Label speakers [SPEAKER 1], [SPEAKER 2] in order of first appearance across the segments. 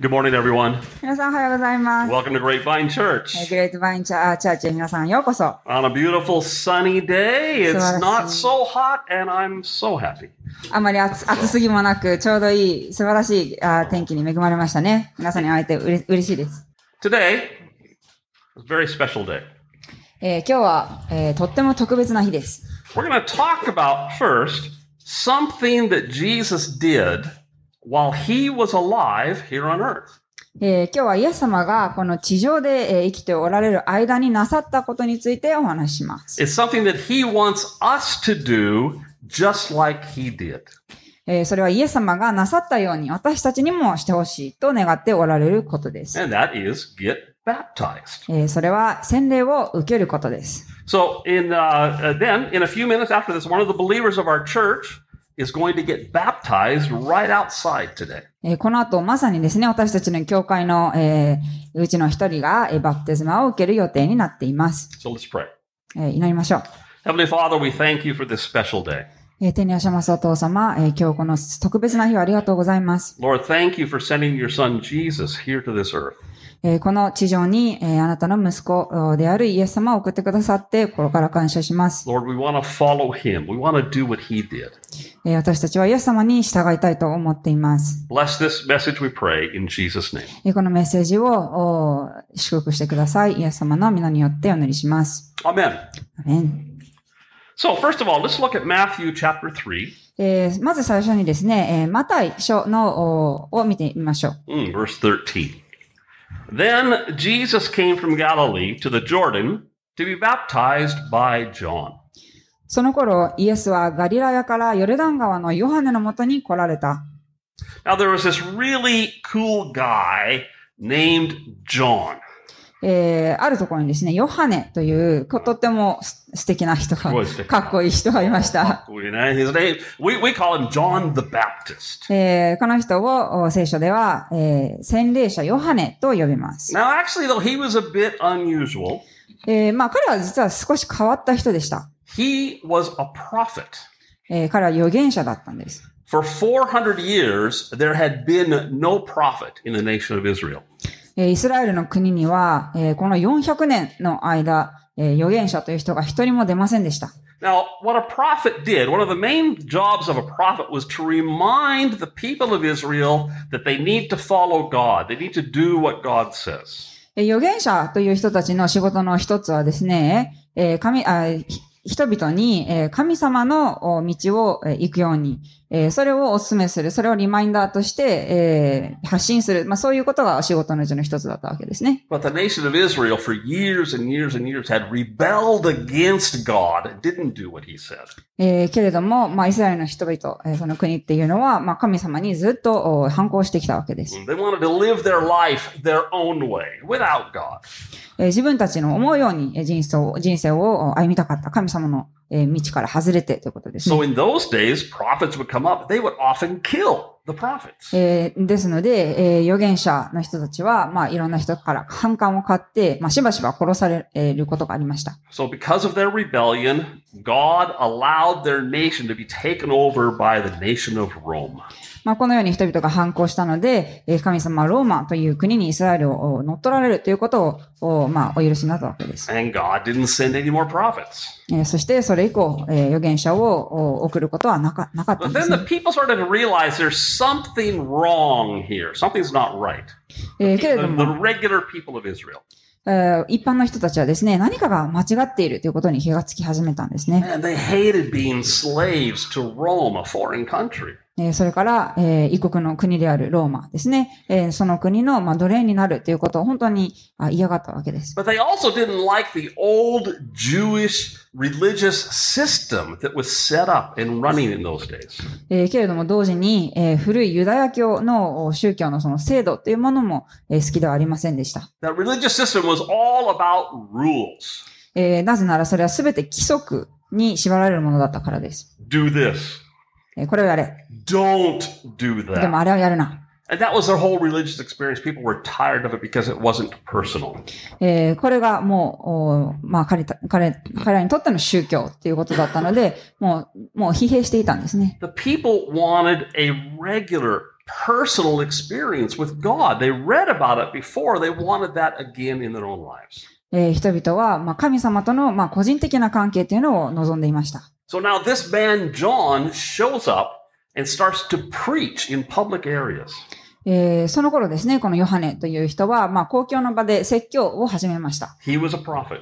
[SPEAKER 1] Good morning, everyone.
[SPEAKER 2] 皆さんおはようございます。
[SPEAKER 1] Welcome to Grapevine Church.
[SPEAKER 2] えーグレートバインチャーチャーチへ皆さんようこそ。
[SPEAKER 1] On a beautiful sunny day, it's
[SPEAKER 2] Suarasing.
[SPEAKER 1] not so hot, and I'm so happy.
[SPEAKER 2] あまり暑暑すぎもなく、ちょうどいい、素晴らしいあー天気に恵まれましたね。皆さんに会えてうれ嬉しいです。
[SPEAKER 1] Today, a very special day.
[SPEAKER 2] えー今日は、えーとっても特別な日です。
[SPEAKER 1] We're going to talk about first something that Jesus did while he was alive here on earth.
[SPEAKER 2] えー今日はイエス様がこの地上で、えー生きておられる間になさったことについてお話しします。
[SPEAKER 1] It's something that he wants us to do just like he did.
[SPEAKER 2] えーそれはイエス様がなさったように私たちにもしてほしいと願っておられることです。
[SPEAKER 1] and that is get baptized.
[SPEAKER 2] えーそれは洗礼を受けることです。
[SPEAKER 1] So, in uh, uh, then, in a few minutes after this, one of the believers of our church is going to get baptized right outside today.
[SPEAKER 2] えーこの後、まさにですね、私たちの教会の、えーうちの一人が、えーバプテスマを受ける予定になっています。
[SPEAKER 1] So let's pray.
[SPEAKER 2] えー祈りましょう。
[SPEAKER 1] Heavenly Father, we thank you for this special day.
[SPEAKER 2] えー手に足しますお父様、えー今日この特別な日をありがとうございます。
[SPEAKER 1] Lord, thank you for sending your son Jesus here to this earth.
[SPEAKER 2] えーこの地上に、えーあなたの息子であるイエス様を送ってくださって、心から感謝します。
[SPEAKER 1] Lord, we want to follow him. We want to do what he did.
[SPEAKER 2] えー私たちはイエス様に従いたいと思っています。
[SPEAKER 1] Bless this message, we pray, in Jesus' name.
[SPEAKER 2] えーこのメッセージをおー祝福してください。イエス様の皆によってお祈りします。
[SPEAKER 1] Amen.
[SPEAKER 2] アメン
[SPEAKER 1] So, first of all, let's look at Matthew chapter 3,
[SPEAKER 2] えーまず最初にですね、えーマタイ書のおを見てみましょう。
[SPEAKER 1] mm, verse 13. Then Jesus came from Galilee to the Jordan to be baptized by John.
[SPEAKER 2] その頃、イエスはガリラヤからヨルダン川のヨハネのもとに来られた。
[SPEAKER 1] Now, there was this really cool guy named John.
[SPEAKER 2] えーあるところにですね、ヨハネという、ことってもす素敵な人が
[SPEAKER 1] ごい素敵、
[SPEAKER 2] かっこいい人がいました。
[SPEAKER 1] His name, we, we call him John the Baptist.
[SPEAKER 2] えーこの人をお聖書では、えー洗礼者ヨハネと呼びます。
[SPEAKER 1] Now, actually, though, he was a bit unusual.
[SPEAKER 2] えーまあ彼は実は少し変わった人でした。
[SPEAKER 1] He was a prophet.
[SPEAKER 2] えー彼は預言者だったんです。
[SPEAKER 1] For 400 years, there had been no prophet in the nation of Israel.
[SPEAKER 2] えーイスラエルの国には、えーこの400年の間、えー預言者という人が一人も出ませんでした。
[SPEAKER 1] Now, what a prophet did, one of the main jobs of a prophet was to remind the people of Israel that they need to follow God. They need to do what God says.
[SPEAKER 2] えー預言者という人たちの仕事の一つはですね、えー神あひ人々に、えー神様のお道をえー行くように、えーそれをお勧めする、それをリマインダーとして、えー発信する、まあ、そういうことがお仕事のうちの一つだったわけですね。
[SPEAKER 1] But the nation of Israel, for years and years and years, had rebelled against God and didn't do what he said.
[SPEAKER 2] えーけれども、まあ、イスラエルの人々、えーその国っていうのは、まあ、神様にずっとお反抗してきたわけです。
[SPEAKER 1] They wanted to live their life their own way, without God.
[SPEAKER 2] えー自分たちの思うようにえー人生を人生を歩みたかった神様のえー道から外れてということですね。
[SPEAKER 1] So in those days, prophets would come up. They would often kill the prophets.
[SPEAKER 2] えーですので、えー預言者の人たちは、まあ、いろんな人から反感を買って、まあ、しばしば殺されえーることがありました。
[SPEAKER 1] So because of their rebellion, God allowed their nation to be taken over by the nation of Rome.
[SPEAKER 2] まあ、このように人々が反抗したので、えー神様はローマという国にイスラエルをお乗っ取られるということを、おまあ、お許しになったわけです。
[SPEAKER 1] And God didn't send any more prophets.
[SPEAKER 2] えーそして、それ以降、えー預言者をお送ることはなかなかったん
[SPEAKER 1] But
[SPEAKER 2] です
[SPEAKER 1] then
[SPEAKER 2] ね
[SPEAKER 1] the people started to realize there's something wrong here. Something's not right.
[SPEAKER 2] えーけれ
[SPEAKER 1] The,
[SPEAKER 2] ど
[SPEAKER 1] the
[SPEAKER 2] も、
[SPEAKER 1] regular people of Israel.
[SPEAKER 2] えー一般の人たちはですね、何かが間違っているということに気がつき始めたんですね。
[SPEAKER 1] And they hated being slaves to Rome, a foreign country.
[SPEAKER 2] えーそれから、えー異国の国であるローマですね。えーその国の、まあ、奴隷になるということを本当にあ嫌がったわけです。
[SPEAKER 1] But they also didn't like the old Jewish religious system that was set up and running in those days.
[SPEAKER 2] えーけれども同時に、えー古いユダヤ教のお宗教のその制度というものも、えー好きではありませんでした。
[SPEAKER 1] That religious system was all about rules.
[SPEAKER 2] えーなぜならそれは全て規則に縛られるものだったからです。
[SPEAKER 1] Do this.
[SPEAKER 2] えーこれをやれ。
[SPEAKER 1] Don't do
[SPEAKER 2] でも
[SPEAKER 1] that.
[SPEAKER 2] あれをやるな。
[SPEAKER 1] And that was their whole religious experience. People were tired of it because it wasn't personal.
[SPEAKER 2] えーこれがもう、おまあ彼た彼、彼らにとっての宗教ということだ ったので、もう、もう疲弊していたんですね。
[SPEAKER 1] The people wanted a regular personal experience with God. They read about it before, they wanted that again in their own lives.
[SPEAKER 2] えー人々は、まあ、神様との、まあ、個人的な関係というのを望んでいました。
[SPEAKER 1] So now this man, John, shows up and starts to preach in public areas.
[SPEAKER 2] えーその頃ですね、このヨハネという人は、まあ、公共の場で説教を始めました。
[SPEAKER 1] He was a prophet,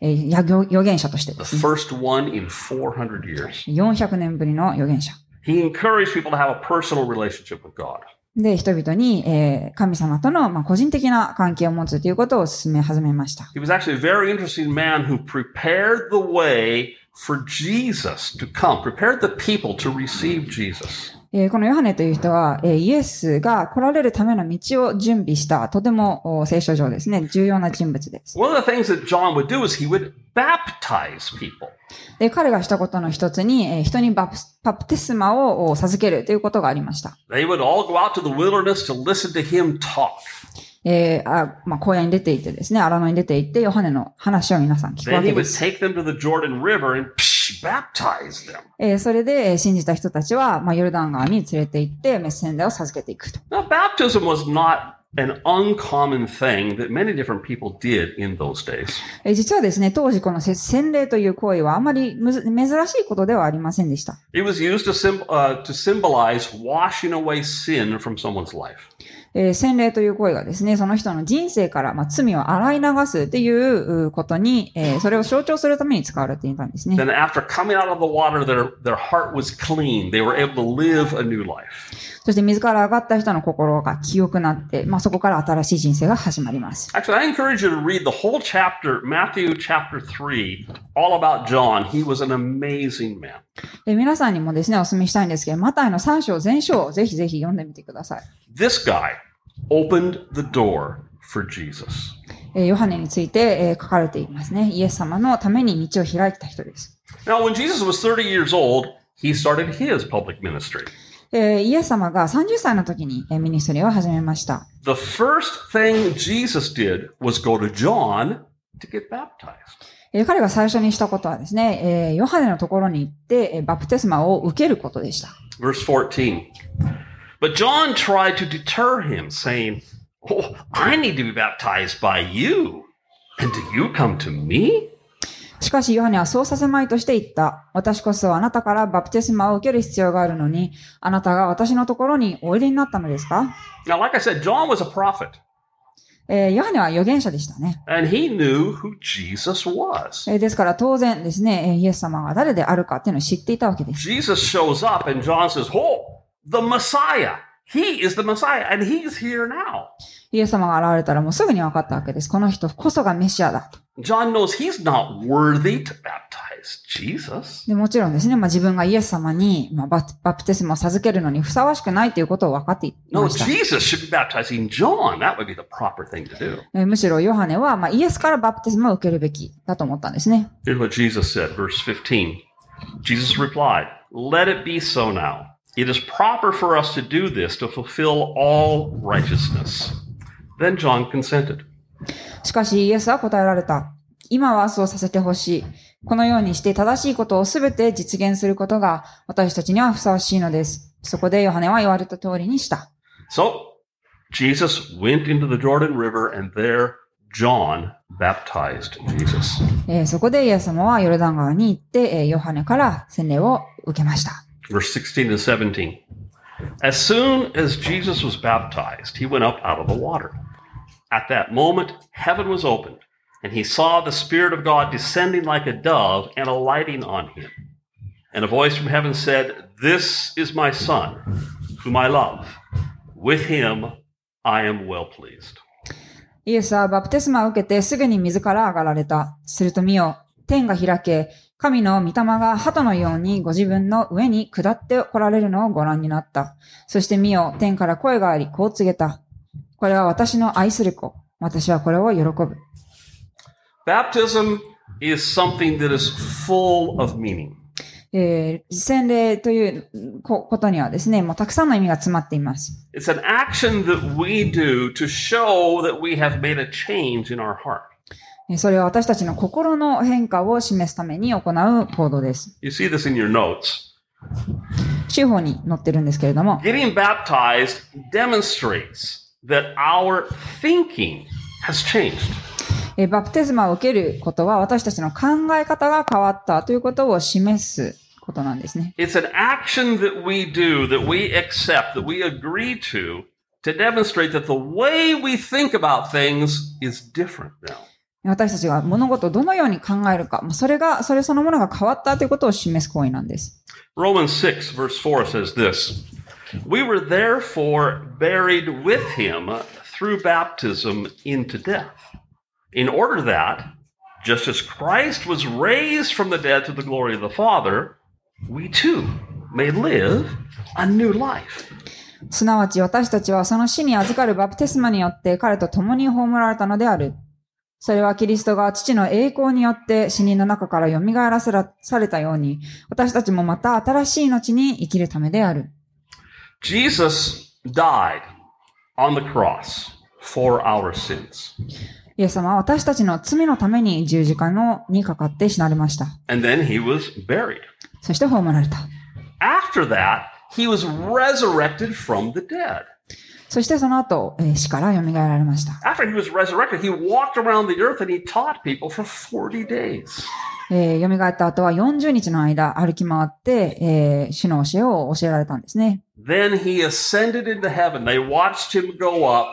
[SPEAKER 2] えーや預預言者としてで
[SPEAKER 1] the
[SPEAKER 2] すね。
[SPEAKER 1] first one in 400 years.
[SPEAKER 2] 400年ぶりの預言者。
[SPEAKER 1] He encouraged people to have a personal relationship with God.
[SPEAKER 2] で、人々に、えー神様との、まあ、個人的な関係を持つということを進め始めました。
[SPEAKER 1] He was actually a very interesting man who prepared the way for Jesus to come, prepared the people to receive Jesus.
[SPEAKER 2] えーこのヨハネという人は、えーイエスが来られるための道を準備した、とてもお聖書上ですね、重要な人物です。
[SPEAKER 1] One of the things that John would do is he would baptize people.
[SPEAKER 2] で彼がしたことの一つに、えー人にバプスバプテスマをお授けるということがありました。
[SPEAKER 1] They would all go out to the wilderness to listen to him talk.
[SPEAKER 2] えーあまあ、荒野に出て行ってですね、荒野に出て行って、ヨハネの話を皆さん聞くわ
[SPEAKER 1] Then he
[SPEAKER 2] けで
[SPEAKER 1] would
[SPEAKER 2] す。
[SPEAKER 1] take them to the Jordan River and psh, baptize them.
[SPEAKER 2] えーそれで、えー信じた人たちは、まあ、ヨルダン川に連れて行って、メッセンダーを授けていくと。
[SPEAKER 1] Now, baptism was not an uncommon thing that many different people did in those days.
[SPEAKER 2] えー実はですね、当時このせ洗礼という行為はあまりむず珍しいことではありませんでした。
[SPEAKER 1] It was used to, symb- uh, to symbolize washing away sin from someone's life.
[SPEAKER 2] えー洗礼という行為がですね、その人の人生から、まあ、罪を洗い流すっていううことに、えーそれを象徴するために使われていたんですね。
[SPEAKER 1] Then, after coming out of the water, their, their heart was clean. They were able to live a new life.
[SPEAKER 2] そして自ら上がった人の心が清くなって、まあ、そこから新しい人生が始まります。
[SPEAKER 1] Actually, I encourage you to read the whole chapter, Matthew chapter 3, all about John. He was an amazing man.
[SPEAKER 2] で皆さんにもですね、お勧めしたいんですけど、マタイの3章全章をぜひぜひ読んでみてください。
[SPEAKER 1] This guy opened the door for Jesus.
[SPEAKER 2] えーヨハネについて、えー書かれていますね。イエス様のために道を開いた人です。
[SPEAKER 1] Now, when Jesus was 30 years old, he started his public ministry.
[SPEAKER 2] えーイエス様が30歳の時に、えーミニストリーを始めました。
[SPEAKER 1] The first thing Jesus did was go to John to get baptized.
[SPEAKER 2] えー彼が最初にしたことはですね、えーヨハネのところに行って、えーバプテスマを受けることでした。
[SPEAKER 1] Verse 14. But John tried to deter him, saying, Oh, I need to be baptized by you. And do you come to me?
[SPEAKER 2] しかしヨハネはそうさせまいとして言った。私こそあなたからバプテスマを受ける必要があるのに、あなたが私のところにおいでになったのですか
[SPEAKER 1] Now, like I said, John was a prophet,
[SPEAKER 2] えーヨハネは預言者でしたね。
[SPEAKER 1] and he knew who Jesus was.
[SPEAKER 2] えーですから当然ですね、えーイエス様が誰であるかっていうのを知っていたわけです。
[SPEAKER 1] Jesus shows up, and John says, Oh, the Messiah. He is the Messiah, and he's here now.
[SPEAKER 2] イエス様が現れたらもうすぐに分かったわけです。この人こそがメシアだと。
[SPEAKER 1] John knows he's not worthy to baptize Jesus.
[SPEAKER 2] でもちろんですね、まあ、自分がイエス様に、まあ、ババプテスマを授けるのにふさわしくないということを分かってい
[SPEAKER 1] No,
[SPEAKER 2] ました。
[SPEAKER 1] Jesus should be baptizing John. That would be the proper thing to do.
[SPEAKER 2] えーむしろヨハネは、まあ、イエスからバプテスマを受けるべきだと思ったんですね。
[SPEAKER 1] Here's what Jesus said, verse 15. Jesus replied, Let it be so now. It is proper for us to do this to fulfill all righteousness. Then John consented.
[SPEAKER 2] しかしイエスは答えられた。今はそうさせてほしい。このようにして正しいことをすべて実現することが私たちにはふさわしいのです。そこでヨハネは言われた通りにした。
[SPEAKER 1] So Jesus went into the Jordan River, and there John baptized Jesus.
[SPEAKER 2] えーそこでイエス様はヨルダン川に行って、えーヨハネから洗礼を受けました。
[SPEAKER 1] verse 16 to 17. As soon as Jesus was baptized, he went up out of the water. At that moment, heaven was opened, and he saw the Spirit of God descending like a dove and alighting on him. And a voice from heaven said, This is my Son, whom I love. With him I am well pleased.
[SPEAKER 2] イエスはバプテスマを受けてすぐに水から上がられた。すると見よ、天が開け、神の御霊が鳩のようにご自分の上に下って来られるのをご覧になった。そして見よ、天から声があり、こう告げた。これは私の愛する子。私はこれを喜ぶ。
[SPEAKER 1] Baptism is something that is full of meaning.
[SPEAKER 2] えー、洗礼というこことにはですね、もうたくさんの意味が詰まっています。
[SPEAKER 1] It's an action that we do to show that we have made a change in our heart.
[SPEAKER 2] えーそれは私たちの心の変化を示すために行う行動です。
[SPEAKER 1] You see this in your notes.
[SPEAKER 2] 中法に載ってるんですけれども、
[SPEAKER 1] Getting baptized demonstrates that our thinking has changed.
[SPEAKER 2] えーバプテスマを受けることは私たちの考え方が変わったということを示すことなんですね。
[SPEAKER 1] It's an action that we do, that we accept, that we agree to, to demonstrate that the way we think about things is different now.
[SPEAKER 2] 私たちが物事をどのように考えるか、まあそれが、それそのものが変わったということを示す行為なんです。
[SPEAKER 1] Romans 6, verse 4 says this We were therefore buried with him through baptism into death, in order that, just as Christ was raised from the dead through the glory of the Father, we too may live a new life.
[SPEAKER 2] すなわち私たちはその死に預かるバプテスマによって彼と共に葬られたのである。それはキリストが父の栄光によって死人の中から蘇らせらされたように、私たちもまた新しい命に生きるためである。
[SPEAKER 1] Jesus died on the cross for our sins,
[SPEAKER 2] イエス様は私たちの罪のために十字架のにかかって死なれました。
[SPEAKER 1] and then he was buried.
[SPEAKER 2] そして葬られた。
[SPEAKER 1] After that, he was resurrected from the dead.
[SPEAKER 2] そしてその後、えー死から蘇られました。
[SPEAKER 1] After he was resurrected, he walked around the earth and he taught people for 40 days.
[SPEAKER 2] えー蘇った後は40日の間歩き回って、えー主の教えを教えられたんですね。
[SPEAKER 1] Then he ascended into heaven. They watched him go up,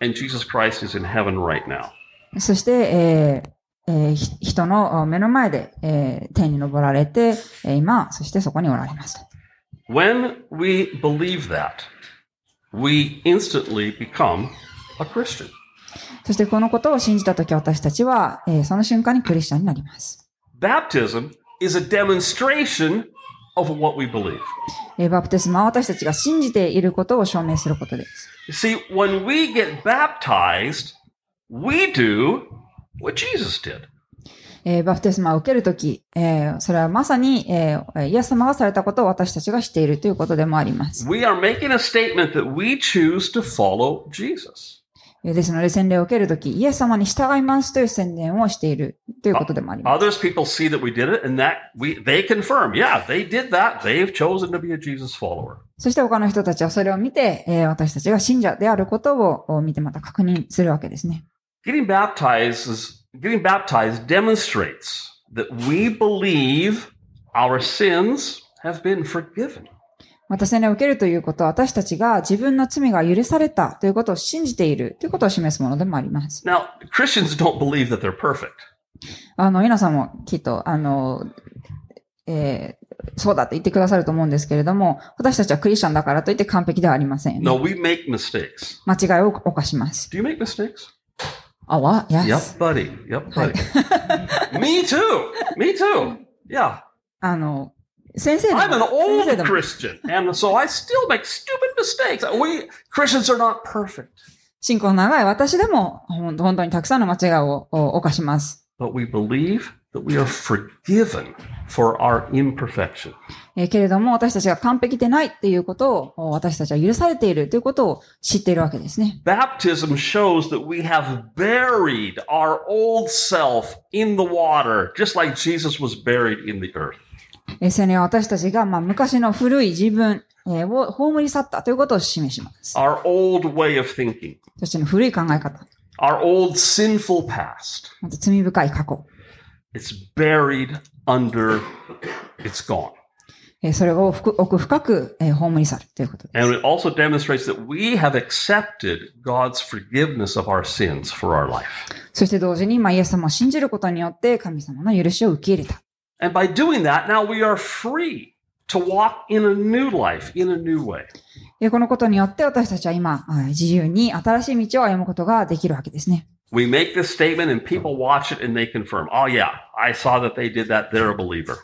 [SPEAKER 1] and Jesus Christ is in heaven right now.
[SPEAKER 2] そして、えーえーひ人の目の前で、えー天に昇られて、えー今、そしてそこにおられますと。
[SPEAKER 1] When we believe that, we instantly become a Christian.
[SPEAKER 2] そしてこのことを信じたとき私たちは、えーその瞬間にクリスチャンになります。
[SPEAKER 1] Baptism is a demonstration of what we believe.
[SPEAKER 2] えーバプテスマは私たちが信じていることを証明することです。
[SPEAKER 1] You see, when we get baptized, we do what Jesus did.
[SPEAKER 2] えーバプテスマを受けるとき、えーそれはまさに、えーイエス様がされたことを私たちがしているということでもあります。
[SPEAKER 1] We are making a statement that we choose to follow Jesus.
[SPEAKER 2] えーですので、洗礼を受けるとき、イエス様に従いますという宣言をしているということでもあります。
[SPEAKER 1] Others people see that we did it and that we they confirm, yeah, they did that. They've chosen to be a Jesus follower.
[SPEAKER 2] そして他の人たちはそれを見て、えー私たちが信者であることを見てまた確認するわけですね。
[SPEAKER 1] Getting baptized is, getting baptized demonstrates that we believe our sins have been forgiven.
[SPEAKER 2] また洗礼を受けるということは、私たちが自分の罪が許されたということを信じているということを示すものでもあります。
[SPEAKER 1] Now, Christians don't believe that they're perfect.
[SPEAKER 2] あの、皆さんもきっと、あの、えーそうだって言ってくださると思うんですけれども、私たちはクリスチャンだからといって完璧ではありません。
[SPEAKER 1] No, we make mistakes.
[SPEAKER 2] 間違いを犯します。
[SPEAKER 1] Do you make mistakes?
[SPEAKER 2] あわ、や、
[SPEAKER 1] Yep, buddy. Yep, buddy. Me too. Me too. Yeah.
[SPEAKER 2] あの、先生でも
[SPEAKER 1] I'm an
[SPEAKER 2] 先生
[SPEAKER 1] old
[SPEAKER 2] でも
[SPEAKER 1] Christian, and so I still make stupid mistakes. We Christians are not perfect,
[SPEAKER 2] 信仰の長い私でも、ほん本当にたくさんの間違いをお犯します。
[SPEAKER 1] but we believe that we are forgiven for our imperfection.
[SPEAKER 2] えーけれども、私たちが完璧でないっていうことを、お私たちは許されているということを知っているわけですね。
[SPEAKER 1] Baptism shows that we have buried our old self in the water, just like Jesus was buried in the earth.
[SPEAKER 2] えー、青年は私たちが、まあ、昔の古い自分、えーを葬り去ったということを示します。
[SPEAKER 1] Our old way of thinking,
[SPEAKER 2] そしての古い考え方、
[SPEAKER 1] our old sinful past,
[SPEAKER 2] また罪深い過去、
[SPEAKER 1] it's buried under, it's gone.
[SPEAKER 2] えーそれを深く奥深く、えー葬り去るということです。
[SPEAKER 1] And it also demonstrates that we have accepted God's forgiveness of our sins for our life.
[SPEAKER 2] そして同時に、まあ、イエス様を信じることによって神様の許しを受け入れた。
[SPEAKER 1] And by doing that, now we are free to walk in a new life, in a new way.
[SPEAKER 2] えーこのことによって私たちは今、あー自由に新しい道を歩むことができるわけですね。
[SPEAKER 1] We make this statement and people watch it and they confirm, oh, yeah, I saw that they did that. They're a believer.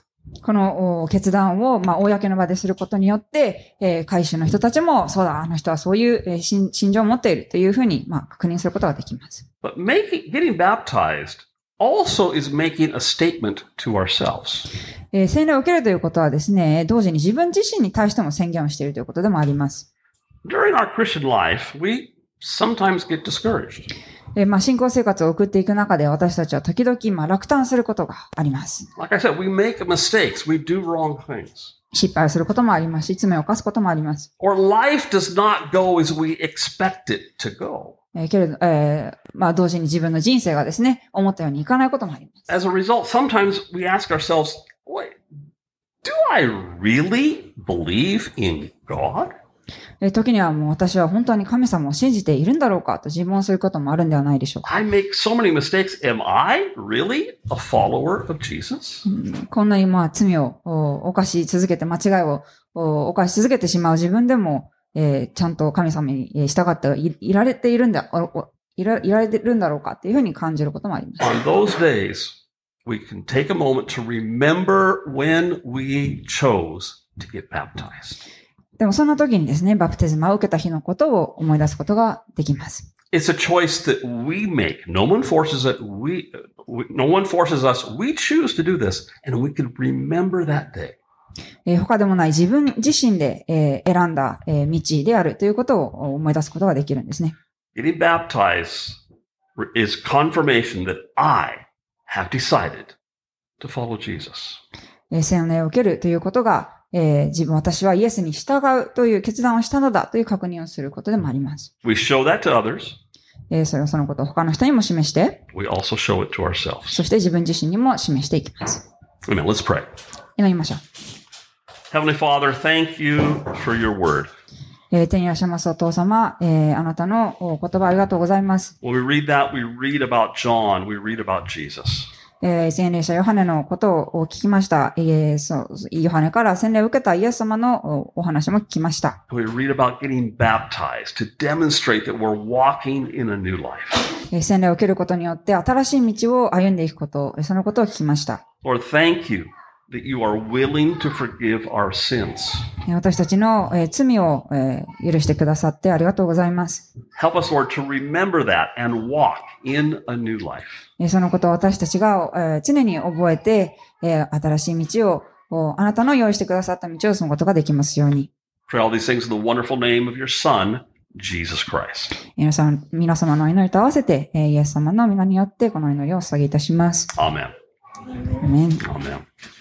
[SPEAKER 2] このお決断を、まあ、公の場ですることによって、えー、会衆の人たちも、そうだ、あの人はそういう、えー、信信条を持っているというふうに、まあ、確認することができます。
[SPEAKER 1] But making, getting baptized also is making a statement to ourselves.
[SPEAKER 2] えー、洗礼を受けるということはですね、同時に自分自身に対しても宣言をしているということでもあります。
[SPEAKER 1] During our Christian life, we sometimes get discouraged.
[SPEAKER 2] ええーまあ、信仰生活を送っていく中で私たちは時々、まあ、落胆することがあります。
[SPEAKER 1] Like I said, we make mistakes, we do wrong things,
[SPEAKER 2] 失敗をすることもありますし、罪を犯すこともあります。
[SPEAKER 1] or life does not go as we expect it to go.
[SPEAKER 2] えーけれど、えーまあ、同時に自分の人生がですね、思ったようにいかないこともあります。
[SPEAKER 1] As a result, sometimes we ask ourselves, wait, do I really believe in God?
[SPEAKER 2] えー時にはもう私は本当に神様を信じているんだろうかと自問することもあるんではないでしょうか。
[SPEAKER 1] I make so many mistakes. Am I really a follower of Jesus?
[SPEAKER 2] こんなにまあ罪をお犯し続けて間違いをお犯し続けてしまう自分でも、えーちゃんと神様にえー従っていいられているんだ、おおいらいられてるんだろうかっていうふうに感じることもあります。
[SPEAKER 1] On those days, we can take a moment to remember when we chose to get baptized.
[SPEAKER 2] でもそんな時にですね、バプテスマを受けた日のことを思い出すことができます。
[SPEAKER 1] It's a choice that we make. No one forces it. We, we no one forces us. We choose to do this, and we can remember that day.
[SPEAKER 2] えー他でもない自分自身で、えー選んだ、えー道であるということを思い出すことができるんですね。
[SPEAKER 1] Getting baptized is confirmation that I have decided to follow Jesus.
[SPEAKER 2] えー洗礼を受けるということが、えー自分、私はイエスに従うという決断をしたのだという確認をすることでもあります。
[SPEAKER 1] We show that to others.
[SPEAKER 2] えーそれをそのことを他の人にも示して、
[SPEAKER 1] We also show it to ourselves.
[SPEAKER 2] そして自分自身にも示していきます。
[SPEAKER 1] Amen. Let's pray.
[SPEAKER 2] 祈りましょう。
[SPEAKER 1] Heavenly Father, thank you for your word.
[SPEAKER 2] えー天にいらっしゃいますお父様、えーあなたのお言葉ありがとうございます。
[SPEAKER 1] When we read that, we read about John, we read about Jesus.
[SPEAKER 2] えー洗礼者ヨハネのことを聞きました。えーそう、ヨハネから洗礼を受けたイエス様のおお話も聞きました。
[SPEAKER 1] And we read about getting baptized to demonstrate that we're walking in a new life.
[SPEAKER 2] えー洗礼を受けることによって新しい道を歩んでいくこと、えーそのことを聞きました。
[SPEAKER 1] Lord, thank you that you are willing to forgive our sins.
[SPEAKER 2] えー私たちのえー罪をえー許してくださってありがとうございます。
[SPEAKER 1] Help us, Lord, to remember that and walk in a new life.
[SPEAKER 2] えーそのことを私たちがえー常に覚えて、えー新しい道をこうあなたの用意してくださった道を進むことができますように。
[SPEAKER 1] Pray all these things in the wonderful name of your Son, Jesus Christ.
[SPEAKER 2] 皆さん、皆様のお祈りと合わせて、えーイエス様の皆によってこのお祈りをお捧げいたします。
[SPEAKER 1] Amen.
[SPEAKER 2] アーメン
[SPEAKER 1] Amen.